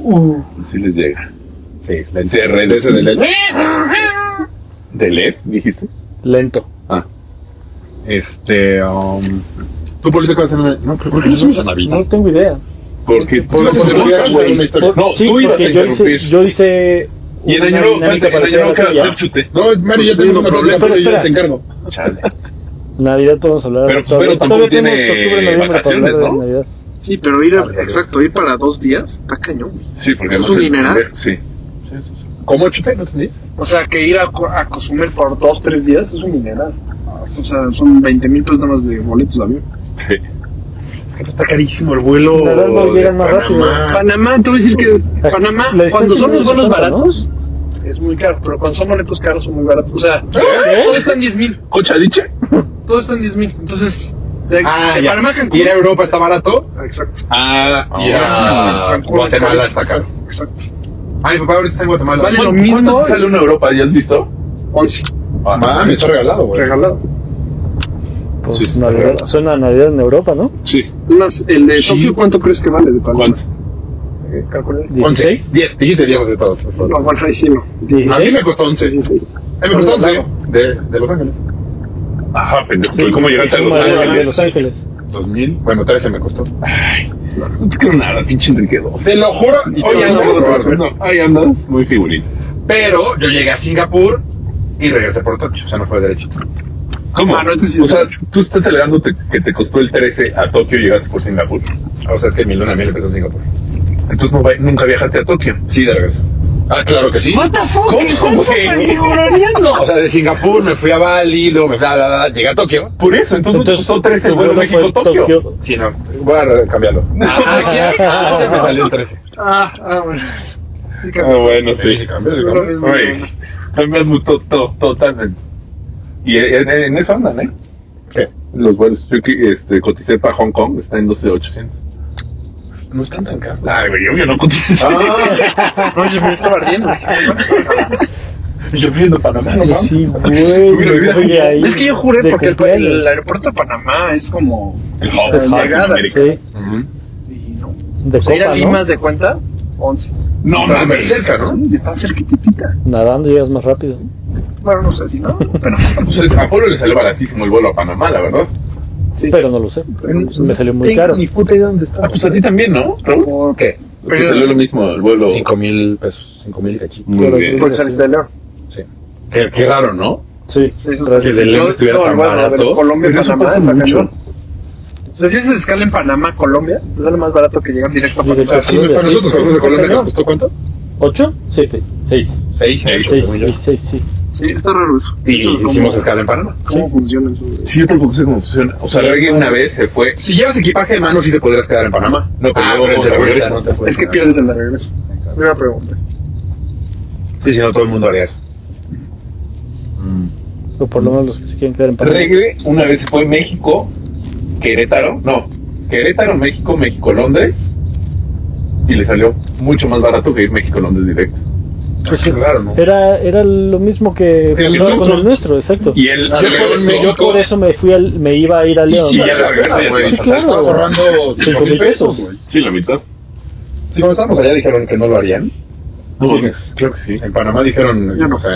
S3: Uh.
S2: Sí les llega.
S3: Sí, la
S2: Sí, red.
S3: de ese de leña.
S2: ¿De LED, dijiste?
S1: Lento.
S2: Ah.
S3: Este. Um, ¿Tú, Polito, qué vas a hacer? No, pero ¿por qué no subimos a Navidad?
S1: No tengo idea.
S2: Porque
S3: Por lo
S2: tú
S3: que
S2: ibas a
S3: buscas, güey.
S2: una historia.
S3: Por-
S2: No,
S1: Sí,
S2: tú ibas a
S1: porque yo hice,
S2: interrumpir.
S1: yo hice
S2: y en
S1: una
S2: año nuevo,
S1: dinámica
S2: espérate, en
S1: parecida a
S2: año
S1: la
S2: nuevo queda
S1: tuya.
S2: hacer chute.
S3: No, Mari, ya
S1: Pues
S3: tenemos
S1: tengo
S3: una plática,
S1: problema, pero
S3: pero yo
S1: espera.
S3: te encargo.
S2: Chale.
S1: Navidad podemos hablar.
S2: Pero-
S1: todavía-
S2: pero tampoco
S1: todavía
S2: tiene
S1: tenemos octubre, noviembre para
S2: vacaciones,
S1: hablar de
S2: ¿no?
S1: Navidad.
S6: Sí, pero ir, a- exacto, ir para dos días está cañón. güey.
S2: Sí, porque
S6: ¿Es
S2: además
S6: un
S2: el-
S6: dineral?
S2: Sí.
S3: ¿Cómo chute? No entendí.
S6: O sea, que ir a, co- a Cozumel por dos, tres días es un mineral. O sea, son 20 mil pesos nada más de boletos de avión.
S2: Sí.
S3: Es que está carísimo el vuelo.
S1: La verdad no
S3: de
S1: llegan más rápido.
S3: Panamá.
S6: Panamá, te voy a decir que
S1: La-
S6: Panamá,
S1: la distancia
S6: cuando son
S1: no
S6: los
S1: es
S6: bonos
S1: tanta, ¿no?
S6: baratos, es muy caro, pero cuando son boletos caros son muy baratos. O sea,
S1: ¿Eh?
S6: todo está en 10 mil,
S2: ¿Cocha dicha?
S6: todo está en 10 mil. Entonces, de,
S3: Ah,
S6: de
S3: ya.
S6: Panamá a Cancún.
S3: Ir a Europa está barato.
S6: Exacto.
S3: Ah,
S2: Ah,
S3: y a
S6: Cancún
S3: Guatemala está caro.
S6: carísimo. Exacto.
S3: Ay, papá, ahora está en Guatemala.
S6: Vale,
S2: ¿Cuánto
S6: lo mismo.
S2: te sale una Europa? ¿Ya has visto? Ah,
S6: 11.
S3: Mami, Ah, está regalado, güey.
S6: Regalado.
S1: Pues
S2: Sí, está
S1: Navidad,
S2: raro.
S1: suena a Navidad en Europa, ¿no?
S2: Sí.
S6: Unas- el de
S3: Sí.
S6: Tokio, ¿cuánto crees que vale de Panamá?
S2: ¿Cuánto?
S6: Eh, calculé.
S1: 16.
S3: 10, dijiste 10 de todos.
S6: No, Ah, bueno, ahí sí no.
S3: A mí me
S1: 16.
S3: costó 11. A mí me costó 11. De, de Los Ángeles.
S2: Ajá, pendejo.
S1: Sí,
S2: ¿Y ¿Cómo llegaste a
S1: es
S2: Los
S1: un Navidad De
S2: Ángeles?
S1: Los Ángeles.
S3: 2000. Bueno, 13 me costó.
S2: No te creo nada, pinche Enrique II.
S3: Te lo juro.
S6: Ah,
S3: y te lo
S2: Hoy
S3: juro,
S2: andas,
S3: güey.
S2: no, hoy andas muy figurito.
S3: Pero yo llegué a Singapur y regresé por Tokio. O sea, no fue derechito.
S2: ¿Cómo?
S6: Ah, no, entonces sí
S2: o
S6: es
S2: sea,
S6: mucho.
S2: tú estás alegando te- que te costó el 13 a Tokio y llegaste por Singapur.
S3: O sea, es que mi luna miel empezó en Singapur.
S2: Entonces no va- nunca viajaste a Tokio.
S3: Sí, de regreso. Ah, claro que sí. What the fuck? ¿Cómo, cómo que? No, o sea, de Singapur me fui a Bali, luego me bla, bla, bla, llegué a Tokio.
S2: Por eso, entonces,
S1: Entonces,
S2: no te costó 13 el
S1: tu
S2: vuelo
S1: vuelo fue
S2: México-Tokio.
S1: Tokio.
S3: Sí, no. Voy a re- cambiarlo. Ah, sí, ah, se me salió el 13.
S6: Ah, ah, bueno. Sí,
S2: Ah,
S6: cabrón.
S2: bueno, sí.
S3: Sí, cambió, sí,
S6: Yo lo
S3: cambió.
S6: mismo.
S2: Oye, cambias mucho to- totalmente. Y en, en- en eso andan, ¿eh?
S3: ¿Qué?
S2: Los vuelos. Yo que, este, coticé para Hong Kong, está en 12,800.
S3: No están tan caros.
S2: Ay, güey, yo, yo no coticé.
S6: Oye,
S1: Ah,
S6: me estaba ardiendo.
S3: yo viendo Panamá, no mames.
S1: Sí, güey.
S2: Mira, mira.
S1: voy ahí
S6: Es que yo juré
S1: de
S6: porque el,
S1: cumpleaños.
S6: el aeropuerto de Panamá es como.
S2: El hub
S6: Es hub,
S2: Latinoamérica.
S1: Sí,
S3: Ujú.
S6: Y no.
S1: de
S6: O sea, Pues ir a
S1: copa,
S6: Lima
S1: ¿no?
S6: de cuenta, 11.
S2: No,
S3: O sea,
S2: mames.
S3: cerca, ¿no?
S6: Está cerquitita.
S1: Nadando llegas más rápido.
S6: Bueno, no sé si no, pero.
S2: Pues,
S3: Ah,
S2: a Polo le salió baratísimo el vuelo a Panamá, la verdad.
S6: Sí.
S1: Pero no lo sé. Me salió muy caro.
S3: puta idea dónde está.
S2: Ah, pues a ti también, ¿no? Raúl?
S6: ¿Por
S3: ¿Qué?
S2: Te salió lo mismo el vuelo.
S3: 5 mil pesos, 5 mil y cachito.
S2: Muy bien.
S6: Por salir de León.
S3: Sí. pues, Qué, qué raro, ¿no?
S1: Sí,
S6: Eso
S3: Que
S1: gracias.
S3: de León
S6: No,
S3: estuviera
S6: no,
S3: tan
S6: bueno, de
S3: barato.
S6: Colombia,
S2: Pero eso
S6: Panamá,
S2: pasa
S6: está
S2: mucho.
S6: cañón. O sea, si haces escala en Panamá, Colombia, te sale más barato que llegar directo a Panamá.
S1: Directo.
S3: Así nos fue a nosotros,
S1: Sí,
S3: salimos de
S1: sí,
S3: Colombia,
S1: sí,
S3: ¿qué nos
S1: sí.
S3: costó cuánto?
S1: ¿Ocho? Siete. Seis.
S3: 6
S1: Seis, seis, seis, sí.
S6: Sí, está raro eso.
S3: Y
S6: Eso es como-
S3: hicimos escala en Panamá.
S6: ¿Cómo funciona eso? güey?
S2: Sí, yo tampoco sé cómo funciona. O sea, Reggae una vez se fue.
S3: Si llevas equipaje de mano, sí te podrías quedar en Panamá.
S2: No, pero
S3: Ah,
S2: luego
S3: es de
S2: regresas.
S3: regreso, no te puedes
S6: Es que
S3: quedar.
S6: pierdes el de regreso. Una pregunta.
S3: Sí, si no, todo el mundo haría eso.
S1: O por lo menos los que se quieren quedar en Panamá.
S2: Reggae una vez se fue México, Querétaro, no. Querétaro, México, México, Londres. Y le salió mucho más barato que ir México-Londres directo.
S1: Pues sí,
S3: Claro, ¿no?
S1: Era, era lo mismo que
S2: Sí, el
S1: pasaba
S2: truco.
S1: con el nuestro, exacto.
S2: Y él
S3: Ah,
S1: yo,
S3: pero
S1: por
S3: en
S1: eso, yo
S3: México-
S1: por eso me fui al, me iba a ir a León.
S2: sí, ya la
S3: Pena,
S2: regresaste,
S3: güey.
S2: sí,
S3: O sea,
S1: claro.
S3: Estabas ahorrando
S1: Cinco
S3: 5 mil
S1: mil pesos.
S3: pesos, güey.
S2: Sí, la mitad.
S3: Si cuando estábamos allá dijeron que no lo harían.
S2: No,
S1: Sí.
S3: pues,
S2: Creo que sí.
S3: En Panamá dijeron,
S6: Yo no.
S3: o sea,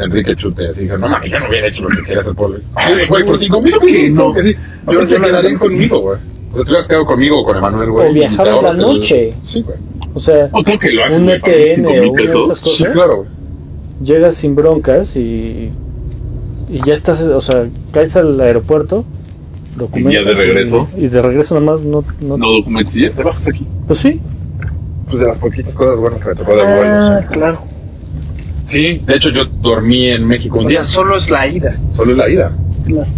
S3: Enrique Chute, así dijeron, no mames, yo no hubiera hecho lo que querías hacer por Ay, güey, por 5 mil
S2: que
S3: pesos,
S2: no.
S3: no. Que sí. Yo
S6: Yo-
S3: pensé que
S6: yo no-
S3: quedarían conmigo, güey. O sea, te hubieras quedado conmigo o con Emanuel, güey.
S1: O
S3: y
S1: viajar en
S3: te
S1: la
S3: ahorras el-
S1: noche.
S3: Sí, güey.
S1: O sea,
S2: No, creo que lo hacen,
S1: un
S2: güey, para mí,
S1: ETN
S2: cinco
S1: o
S2: mil
S1: una de
S2: pesos.
S1: esas cosas.
S3: Sí, claro, güey.
S1: Llegas sin broncas y, y ya estás, o sea, caes al aeropuerto, documentas.
S2: Y ya de regreso.
S1: Y, y de regreso nomás no. no,
S2: No documentos y ya te bajas aquí.
S1: Pues sí. Ah,
S3: Pues de las poquitas cosas buenas que me tocó de vuelos.
S1: claro.
S3: Sí, de hecho yo dormí en México un
S6: O
S3: día,
S6: sea, solo es la ida.
S3: solo es la ida.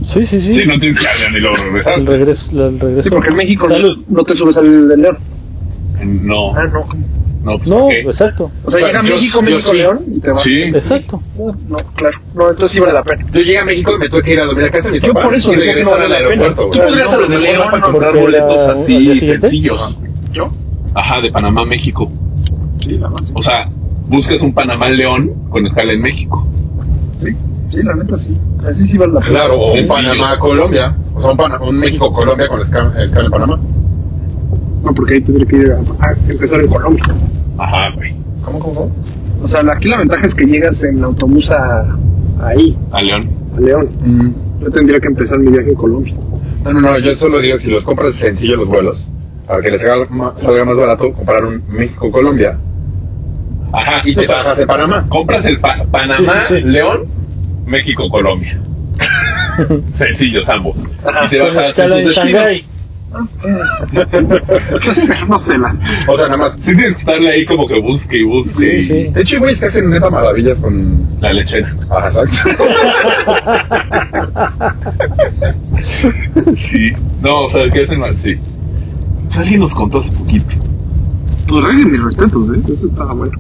S1: Sí, sí, sí.
S2: Sí, no tienes que hablar ni luego regresar.
S1: El regreso, el regreso.
S6: Sí, porque en México
S1: Salud.
S6: no te subes al de León.
S2: No,
S6: Ah, no.
S2: no, pues,
S1: No,
S2: ¿por qué?
S1: exacto,
S6: O sea,
S3: Yo-
S6: llega a México,
S3: yo
S6: México,
S3: sí.
S6: León y te vas.
S2: Sí,
S1: exacto.
S6: No, claro. No, entonces sí vale la pena.
S3: Yo llegué a México y me tuve que ir a dormir a casa de mis
S6: Yo
S3: papás
S6: por eso
S3: y
S6: decía que
S3: regresar
S6: no
S3: al
S6: valía la pena.
S3: aeropuerto.
S2: Tú
S3: güey.
S2: podrías a los de León para comprar
S1: Porque
S2: boletos
S1: era- ¿al día
S2: así
S1: siguiente?
S2: sencillos.
S6: ¿Yo?
S2: Ajá, de Panamá a México.
S3: Sí, la más.
S2: O sea, buscas un Panamá-León con escala en México.
S6: Sí, sí, la neta sí. Así sí vale la pena.
S3: Claro, o un
S2: Sencillo.
S3: Panamá-Colombia. O sea, un, Pana- un México-Colombia con escala escala en Panamá.
S6: No, porque ahí tendría que ir a, a empezar en Colombia.
S2: Ajá, güey.
S3: ¿Cómo, cómo, cómo?
S6: O sea, aquí la ventaja es que llegas en autobús a, ahí,
S2: A León.
S6: a León. Yo tendría que empezar mi viaje en Colombia.
S3: No, no, no, yo solo digo, si los compras sencillo los vuelos, para que les salga más, salga más barato comprar un México-Colombia
S2: Ajá.
S3: y te
S2: o sea,
S3: bajas en Panamá.
S2: compras el Pa- Panamá,
S1: Sí, sí, sí.
S2: León, México, Colombia. Sencillos ambos. Y te
S1: Con
S2: bajas en
S1: escala en
S2: tus
S1: Shanghái.
S2: destinos.
S6: ¿Qué hacemos de la...?
S3: O sea, nada más.
S2: Sí tienes que estarle ahí como que busque y
S1: Sí,
S2: busque.
S1: sí.
S3: De hecho, hay güeyes que hacen neta maravillas con.
S2: La lechera.
S3: Ajá, exacto.
S2: Sí. No, o sea, ¿qué hacen más? Sí. Alguien nos contó hace poquito.
S6: Pues reguen mis respetos, ¿eh? Eso estaba bueno.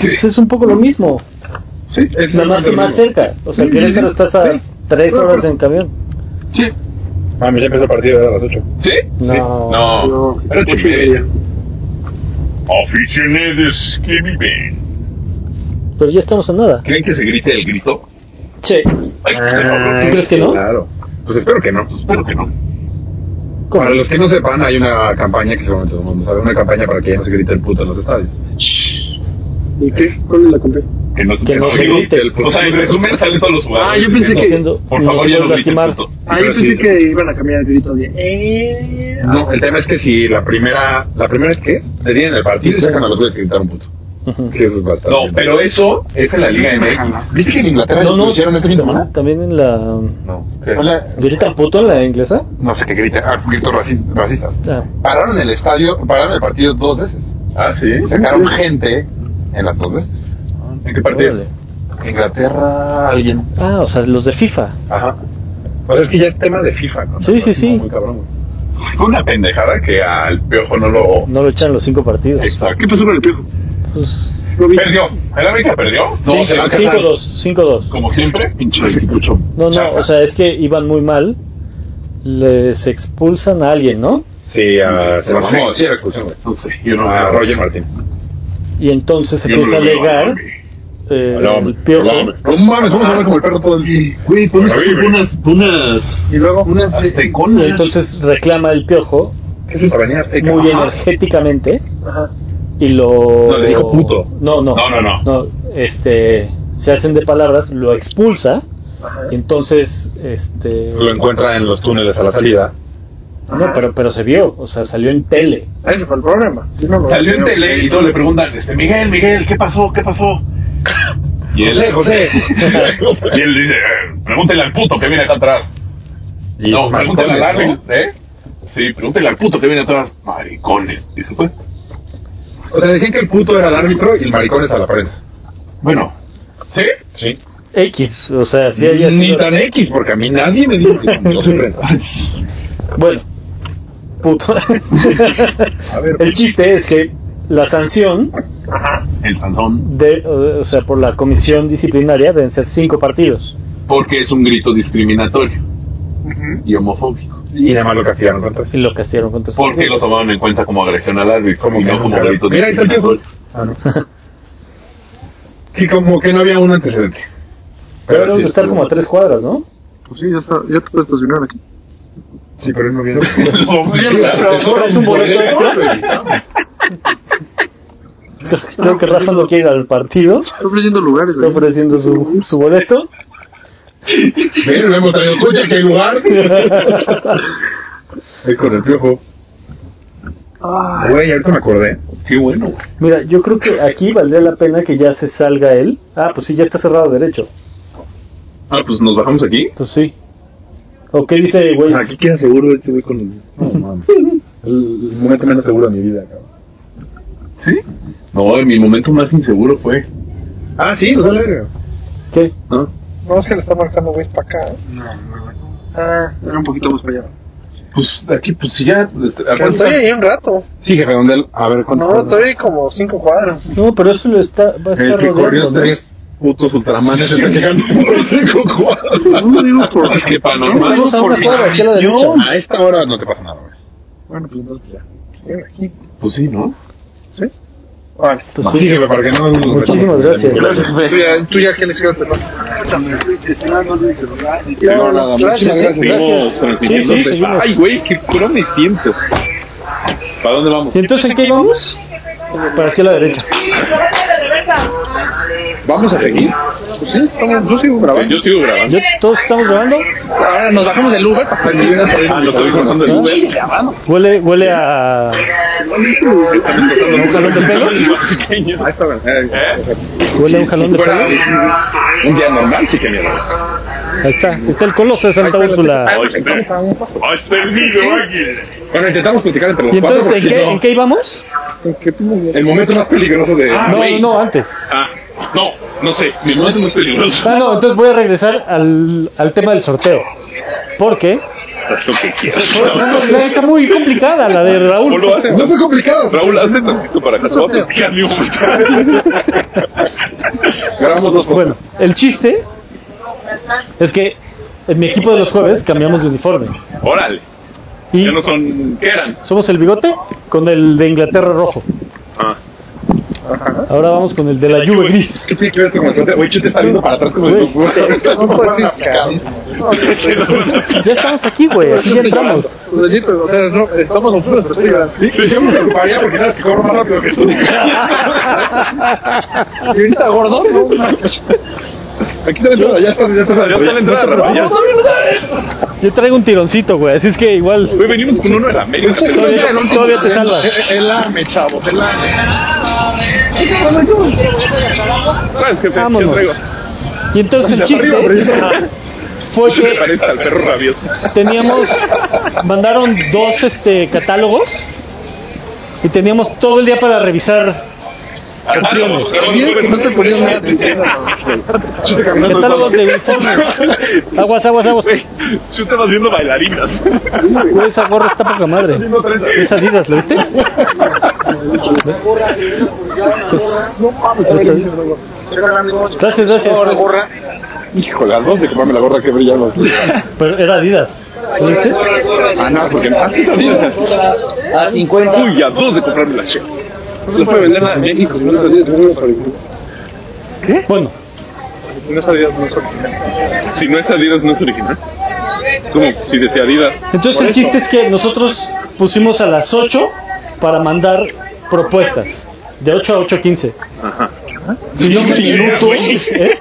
S1: Pues es un poco lo mismo,
S6: Sí,
S3: Es
S1: nada más,
S3: lo
S1: más
S3: mismo.
S1: cerca. O sea,
S6: Sí,
S1: que
S6: sí,
S1: Querétaro
S6: sí.
S1: estás a
S6: Sí.
S1: tres
S6: Claro,
S1: horas
S6: claro.
S1: en camión.
S6: sí.
S2: Ah,
S3: Mami, ya empezó el partido era a las 8.
S2: ¿Sí?
S1: No.
S2: No.
S6: No,
S2: Era ocho y media.
S6: media.
S2: Aficionados que viven.
S1: Pero ya estamos a nada.
S2: ¿Creen que se grite el grito?
S1: Che,
S2: Ay, qué
S6: Ah,
S2: cabrón.
S1: ¿tú crees que no?
S3: Claro. Pues espero que no.
S2: Espero que no.
S1: ¿Cómo?
S3: Para los que no sepan, hay una campaña que seguramente todo el mundo sabe, una campaña para que ya no se grite el puto en los estadios.
S6: ¿Y qué? ¿Cuál es la compré?
S2: Que no se,
S1: Que no se
S2: digo,
S1: grite el
S2: O sea, en resumen salen todos los jugadores.
S6: Ah, yo pensé que-
S2: diciendo, Por
S1: nos
S2: favor, ya no
S1: puedes
S2: grite el
S1: lastimar.
S2: puto.
S6: Ah, yo
S3: Pero
S6: pensé
S3: sí.
S6: que iban a cambiar el grito de... Eh,
S3: No,
S1: Ah,
S3: el tema es que si la primera, la primera es que es, detienen el partido y sacan a los güeyes que gritaron puto.
S1: Ujú.
S3: Que eso es bastante.
S2: No, pero eso es en la Liga
S6: Sí, sí,
S2: MX.
S3: ¿Viste que en Inglaterra
S1: No, no,
S3: lo hicieron este fin de semana?
S1: también, también en la...
S3: No.
S1: ¿Grita puto en la inglesa?
S3: No sé qué grita, ah, gritos raci- racistas.
S1: Ah,
S3: Pararon el estadio, pararon el partido dos veces.
S2: Ah, sí. Ah,
S3: Sacaron gente en las dos veces.
S2: ¿En qué partido?
S1: órale.
S3: Inglaterra, alguien.
S1: Ah, o sea, los de FIFA.
S3: Ajá. O
S2: Pues
S3: sea, es que ya es tema de FIFA, ¿no?
S1: Sí, sí,
S3: Es
S1: sí.
S3: Muy cabrón. güey.
S2: Fue una pendejada que al piojo no lo.
S1: No lo echan los cinco partidos.
S2: Exacto.
S6: ¿Qué pasó con el piojo?
S1: Pues,
S6: No vi.
S2: Perdió. El América perdió.
S3: No,
S1: sí,
S3: se va a casar.
S1: 5-2, 5-2.
S2: Como siempre, pinche equipucho.
S1: No, no,
S2: Chafa.
S1: o sea, es que iban muy mal. Les expulsan a alguien, ¿no?
S3: Sí, a se
S2: No
S3: lo
S2: sé.
S3: mamó, sí, era expulsión, güey.
S2: No sé, yo no.
S3: A Roger Martín.
S1: Y entonces se
S2: yo no
S1: empieza a
S2: lo veo,
S1: alegar
S2: güey.
S1: eh,
S3: Al hombre,
S1: el piojo.
S3: al hombre. No mames, vamos a hablar como el perro todo el día.
S2: Güey, pues
S3: Ahí,
S2: son
S3: güey.
S2: unas. unas.
S3: Y luego, unas.
S1: Y
S2: azteconas.
S1: entonces reclama el piojo
S3: ¿Qué es eso? Avenida Azteca.
S1: muy
S3: Ajá.
S1: energéticamente
S6: Ajá.
S1: y lo.
S3: No, le dijo puto.
S1: No, no.
S2: No, no, no.
S1: este. Se hacen de palabras, lo expulsa.
S6: Ajá.
S1: Y entonces, este.
S3: Lo encuentra en los túneles a la salida.
S1: No, pero, pero se vio, o sea, salió en tele.
S6: Ah, Ese fue el problema. Sí, no, no,
S2: Salió en
S6: no.
S2: tele y todos le preguntan, este, Miguel, Miguel, ¿qué pasó? ¿Qué pasó? Y él,
S3: José.
S2: y él dice, eh, pregúntele al puto que viene acá atrás.
S3: Y
S2: no,
S3: es
S2: pregúntale al
S3: maricón, ¿no?
S2: árbitro, ¿eh? Sí, pregúntale al puto que viene atrás. Maricones. "Pues, Y se fue.
S3: O sea, decían que el puto era el árbitro y el maricón es a la prensa.
S2: Bueno, ¿sí?
S3: Sí.
S1: X, o sea, sí había
S3: Ni
S1: sido.
S3: tan X, porque a mí nadie me dijo que yo soy prensa.
S1: Bueno, puto.
S3: ver.
S1: el chiste es que la sanción
S2: El Sansón.
S1: de, o o sea, por la comisión disciplinaria deben ser cinco partidos.
S2: Porque es un grito discriminatorio y homofóbico.
S3: Y nada más lo castigaron con tres.
S1: Y lo castigaron con tres
S2: Porque lo
S1: partidos.
S2: tomaron en cuenta como agresión al árbitro
S3: Como
S2: y
S3: que
S2: no
S3: no,
S2: como
S3: claro.
S2: grito
S3: Mira, ahí está el
S2: discriminatorio.
S3: Ah, no. Que como que no había un antecedente.
S1: Pero debemos
S3: sí
S1: de estar
S3: estuvo-
S1: como a tres cuadras, ¿no?
S6: Pues sí, ya, está, ya te puedes estacionar aquí.
S3: Sí, pero él no había.
S1: pero compras un boleto extra. Creo que Rafa no quiere ir al partido.
S6: Estoy ofreciendo lugares.
S1: Está
S6: güey.
S1: ofreciendo su, su boleto.
S3: Pero no hemos traído coche, que hay lugar. Es con el piojo.
S6: Ah,
S3: Güey, ahorita me acordé.
S2: Qué bueno. güey.
S1: Mira, yo creo que aquí valdría la pena que ya se salga él. Ah, pues sí, ya está cerrado derecho.
S2: Ah, pues nos bajamos aquí.
S1: Pues sí. ¿O qué dice, güey?
S3: Aquí queda seguro este güey con. No mames. El el momento menos seguro de mi vida, cabrón.
S2: ¿Sí? No, mi momento más inseguro fue
S3: Ah, sí, nos vale verga.
S1: ¿Qué?
S3: ¿No?
S7: No, es que le está marcando güey para acá. ¿eh?
S6: No, no, no.
S7: Ah,
S6: Era un poquito más para allá.
S3: Pues aquí, pues si ya. Este, ¿a cuánto
S7: estoy
S3: está?
S7: ahí un rato.
S3: Sí, que redondel. A ver cuánto.
S7: No, estoy como cinco cuadras.
S1: No, pero eso lo está, va a
S3: El
S1: estar
S3: que corrió
S1: rodeando. ¿no?
S3: tres putos ultramanes está llegando por cinco cuadras.
S6: No digo por-
S3: Es que
S6: No
S3: panorama.
S6: digo
S1: Estamos a una
S6: por
S1: cuadra aquí a la derecha.
S3: No, A esta hora no te pasa nada, güey.
S6: Bueno, pues entonces ya.
S7: Ven aquí.
S3: Pues sí, ¿no?
S7: Vale.
S1: Pues
S3: sí,
S1: sí.
S3: güey, para que no nos
S1: Muchísimas gracias.
S6: Pues,
S7: Tú ya, tú ya que les quedas perdón.
S3: No, nada,
S1: Gracias,
S3: muchas gracias.
S1: sí, gracias.
S3: Seguimos transmitiendo.
S1: Sí, sí, seguimos.
S3: Ay, güey, qué cura me siento. ¿Para dónde vamos?
S1: ¿Y entonces en qué vamos? Para aquí a la derecha.
S3: ¿Vamos a seguir?
S7: Pues sí, estamos, yo sigo grabando.
S3: Yo sigo grabando.
S1: ¿Yo, ¿Todos estamos grabando?
S7: Ahora nos bajamos del Uber.
S3: Ah, lo estoy contando el
S1: ¿Ah?
S3: Uber.
S1: Huele, huele a...
S3: ¿Un
S1: jalón de pelos?
S3: pelos?
S1: Huele a un jalón de pelo.
S3: Un día normal, sí que mierda.
S1: Ahí está. Está el coloso de Santa Úrsula.
S3: Ay, está- Hasta el niño aquí. Bueno, intentamos platicar entre los
S1: ¿Y
S3: cuatro.
S1: entonces en
S3: porque
S1: qué,
S3: si no,
S1: en qué íbamos?
S3: El momento más peligroso de...
S1: No,
S2: güey.
S1: no, antes.
S2: Ah, no, no sé. Mi momento es más peligroso.
S1: Ah, no, entonces voy a regresar al, al tema del sorteo. Porque
S2: Haz lo que quieras.
S1: fue una dinámica muy complicada la de
S2: O
S1: Raúl.
S2: lo haces.
S3: No fue complicado.
S2: Raúl, hazle tantito para acá. Te voy a platicar mi
S3: Grabamos dos cosas.
S1: Bueno, el chiste es que en mi equipo de los jueves cambiamos de uniforme.
S2: Órale.
S1: Y
S2: Ya no son... ¿Qué eran?
S1: somos el bigote con el de Inglaterra rojo.
S2: Ah.
S1: Ahora vamos con el de la Juve gris.
S3: ¿Qué tiene que ver esto con el sorteo? Güey, Chute está viendo para atrás como si
S1: Güey.
S3: no
S7: No puedes escapar.
S1: Ya estamos aquí, güey. Aquí ya entramos.
S7: Rodrigo, O sea, no, estamos a oscuras, pero estoy llorando.
S3: Yo me preocuparía porque sabes que corro más rápido que tú.
S7: Y ahorita gordo, ¿no?
S3: Aquí está la entrada, ya estás, ya estás.
S2: Ya está la entrada, Raúl. ya.
S1: Yo traigo un tironcito, güey. Así es que igual Este
S2: Güey, venimos con uno de la media. Este
S1: todavía, todavía te salvas.
S3: El ame, chavos, el ame.
S2: ¿Sabes qué Ah, te qué
S1: Vámonos.
S2: traigo?
S1: Y entonces el
S3: Arriba, pero
S1: chiste
S3: ya-
S1: fue
S2: ¿Qué te
S1: que
S2: parece al perro rabioso?
S1: teníamos mandaron dos este catálogos y teníamos todo el día para revisar opciones
S2: No te ponías nada atención.
S3: Chute caminando.
S1: catálogos de uniformes aguas aguas aguas
S2: Tú te vas viendo bailarinas.
S1: Güey, esa gorra está poca madre
S3: Haciendo tres.
S1: es Adidas ¿lo viste? Entonces, entonces- gracias gracias
S3: Híjole, las dos de comprarme la gorra que brillan los
S1: pero era Adidas ¿lo viste?
S3: Ah, no, porque así salían.
S8: A 50.
S2: Uy, a dos de comprarme la checa.
S3: No puede venderla en México, no sabía, no me pareció.
S1: bueno
S2: Si no es Adidas, no es original. Como si decía Adidas.
S1: entonces el chiste es que nosotros pusimos a las 8 para mandar propuestas de 8 a 8.15
S2: Ajá.
S1: Si no me minuto, ¿eh?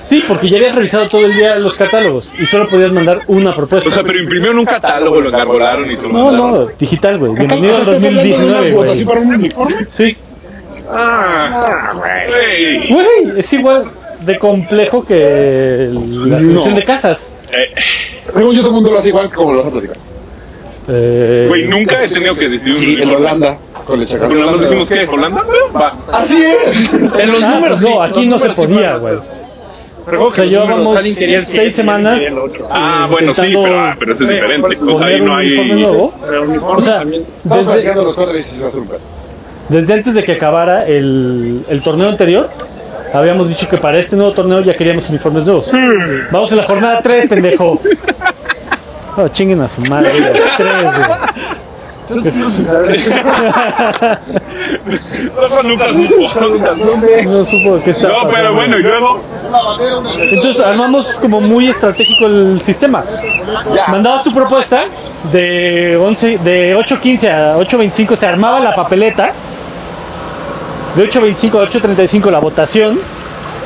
S1: Sí, porque ya habías revisado todo el día los catálogos y solo podías mandar una propuesta.
S2: O sea, pero imprimieron un catálogo, lo engargolaron y todo.
S1: no, no, digital, güey. Bienvenido al 2019, güey. Sí.
S2: Ah, güey.
S1: Güey, es igual de complejo que el- la selección de casas.
S2: Eh,
S3: Según yo, todo el mundo lo hace igual como lo vas a platicar.
S1: Eh,
S2: Güey, nunca he tenido que decidir un
S3: Sí, en Holanda, con el chacal.
S2: Pero nada más dijimos que Holanda, va.
S3: Así es.
S1: ah, pues no, aquí no se podía, güey. O sea, llevábamos seis semanas
S2: Ah, bueno, sí,
S1: intentando
S2: pero, ah, pero eso es diferente. O sea, ahí
S1: poner
S2: no
S1: un
S2: hay.
S1: uniforme nuevo. O sea,
S3: Estamos
S1: desde,
S3: platicando los cuatro y se va a hacer un pedo.
S1: Desde antes de que acabara el, el torneo anterior, habíamos dicho que para este nuevo torneo ya queríamos uniformes nuevos. Vamos en la jornada 3, pendejo. No, chinguen a su madre, las tres, güey.
S2: Rafa nunca supo, nunca supo.
S1: No supo qué estaba
S2: No, pero
S1: pasando.
S2: bueno, y luego.
S1: Entonces armamos como muy estratégico el sistema. Mandabas tu propuesta de 11 de 8.15 a 8.25 se armaba la papeleta. De 8.25 a 8.35 la votación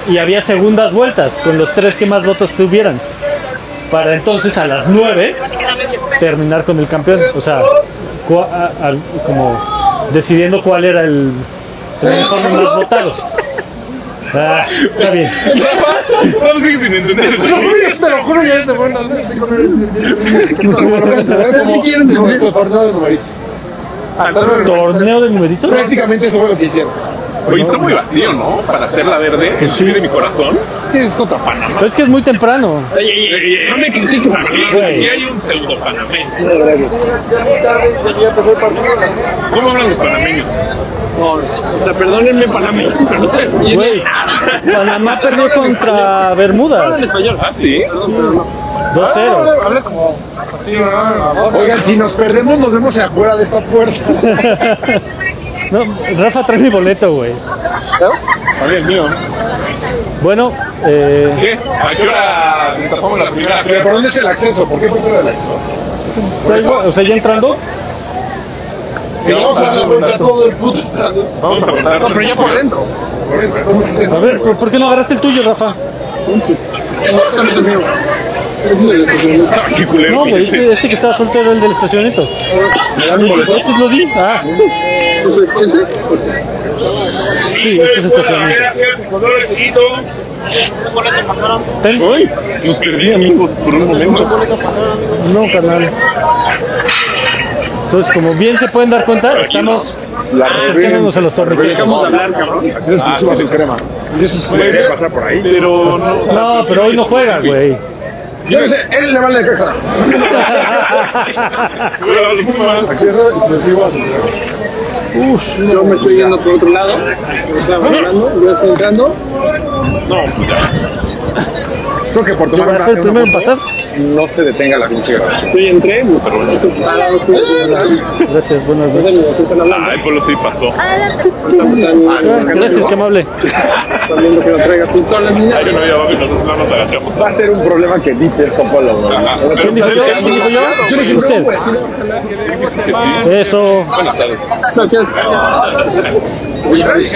S1: y había segundas vueltas con los tres que más votos tuvieran. Para entonces a las 9 terminar con el campeón, o sea, cua- a- al- como decidiendo cuál era el, el uniforme más votado. Ah, está bien.
S2: Rafa, no sigue sin entender.
S7: Te lo juro, ya es de buenas.
S3: Como nuestro torneo de numeritos.
S2: Ah,
S1: ¿Torneo de numeritos?
S3: Prácticamente eso fue lo que hicieron.
S2: Oye, está muy vacío, ¿no? Para hacerla verde. Que sí. de mi corazón.
S5: Es contra Panamá.
S1: Pero es que es muy temprano.
S2: Oye, no me critiques aquí. Aquí hay un pseudo panameño.
S7: Ya muy tarde, ya empezó el partido.
S2: ¿Cómo hablan los panameños?
S6: O sea, perdónenme, Panamá, pero no te
S1: Güey, Panamá perdió contra Bermudas.
S2: español. Ah, sí.
S1: 2-0.
S6: Habla como.
S3: Oigan, si nos perdemos, nos vemos afuera de esta puerta.
S1: No, Rafa trae mi boleto, güey.
S2: A ver, el mío.
S1: Bueno, eh,
S2: ¿Qué? ¿A qué hora destapamos la primera
S3: ¿Pero por dónde es el acceso? ¿Por qué por fuera del acceso?
S1: traigo- o sea, ya entrando,
S3: Que vamos a dar vuelta a todo el puto estadio.
S2: Vamos a preguntar.
S6: No, pero ya por dentro.
S3: Por eso, ¿cómo es eso?
S1: a ver, ¿por por qué no agarraste el tuyo, Rafa?
S2: Qué culero.
S1: No, güey,
S2: fíjate.
S1: este, este que estaba suelto era el del estacionamiento.
S3: ¿Me dan mi boleto?
S1: Yo te lo di. Ah. Sí, este es estacionamiento. Ten.
S2: Uy, me perdí, amigos, por un momento.
S1: No, carnal. Entonces, como bien se pueden dar cuenta, estamos acercándonos a los
S3: Dejamos
S1: torniquetes.
S3: de hablar, cabrón. Aquí no escucho bajo crema. Y eso es debería pasar por ahí.
S2: Pero no.
S1: No, pero hoy no juega, güey.
S3: Yo no sé, él le vale de casa. Aquí es exclusivo a su
S6: Yo me estoy yendo por otro lado. Yo estaba hablando, yo estoy entrando.
S3: Creo que por tomar
S1: ¿Va a ser el
S3: una-
S1: primero en pasar?
S3: no se detenga la pinche grabación.
S6: Yo ya entré, pero bueno. Estoy parado, estoy
S1: Gracias, buenas
S6: Bueno,
S1: noches.
S6: están hablando.
S2: Ay, Polo sí pasó.
S1: Ah, Gracias, qué amable.
S6: Están viendo que lo traiga tú todas las niñas.
S2: Hay uno ahí abajo y nosotros no nos agachamos.
S3: Va a ser un problema que dices con Polo, güey.
S2: Ajá.
S1: ¿Quién dijo yo? ¿Quién dijo yo? Usted. Eso. Muy amable.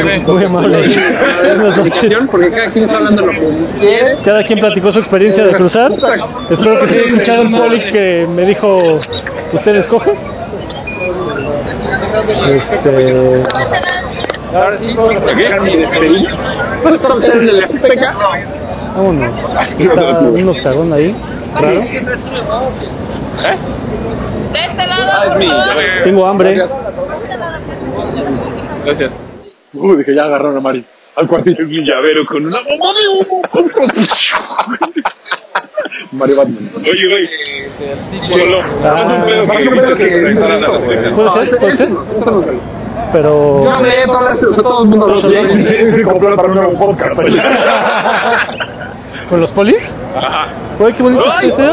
S1: Buenas noches.
S6: Porque cada quien está hablando lo que quiere.
S1: Cada quien platicó su experiencia de cruzar. Espero que se haya escuchado el poli que me dijo, ¿usted escoge? Este,
S6: Ahora sí, vamos a sacar mi despedida. Vamos a hacer el Azteca.
S1: vámonos. Está un octagón ahí. Raro.
S9: De este lado.
S2: Es mi.
S1: Tengo hambre.
S2: Gracias.
S3: Uy, dije, ya agarraron a Mari. Al cuartito.
S2: Es mi llavero con una bomba de humo.
S3: Mario Batman.
S2: Oye, güey. Polo,
S1: Ah.
S2: haz un pedo
S3: Haz un
S2: que
S3: pedo que
S2: que
S3: dices
S2: regresara a la
S3: esto, güey.
S2: selección.
S1: Puede ser, puede ser. Pero.
S6: Hombre, tú hablaste de todo el mundo. habló de ti.
S3: se compró para un nuevo podcast.
S1: ¿Con los polis?
S2: Ajá.
S1: Güey, qué bonito es ese.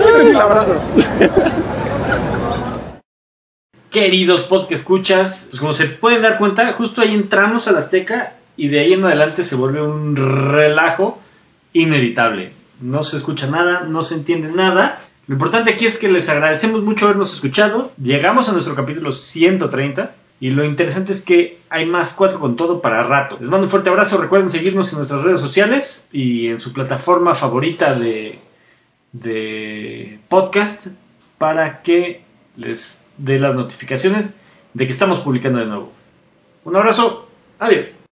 S4: Queridos pod que escuchas, pues como se pueden dar cuenta, justo ahí entramos a la Azteca y de ahí en adelante se vuelve un relajo inevitable. No se escucha nada, no se entiende nada. Lo importante aquí es que les agradecemos mucho habernos escuchado. Llegamos a nuestro capítulo 130 y lo interesante es que hay más cuatro con todo para rato. Les mando un fuerte abrazo, recuerden seguirnos en nuestras redes sociales y en su plataforma favorita de de podcast para que les dé las notificaciones de que estamos publicando de nuevo. Un abrazo, adiós.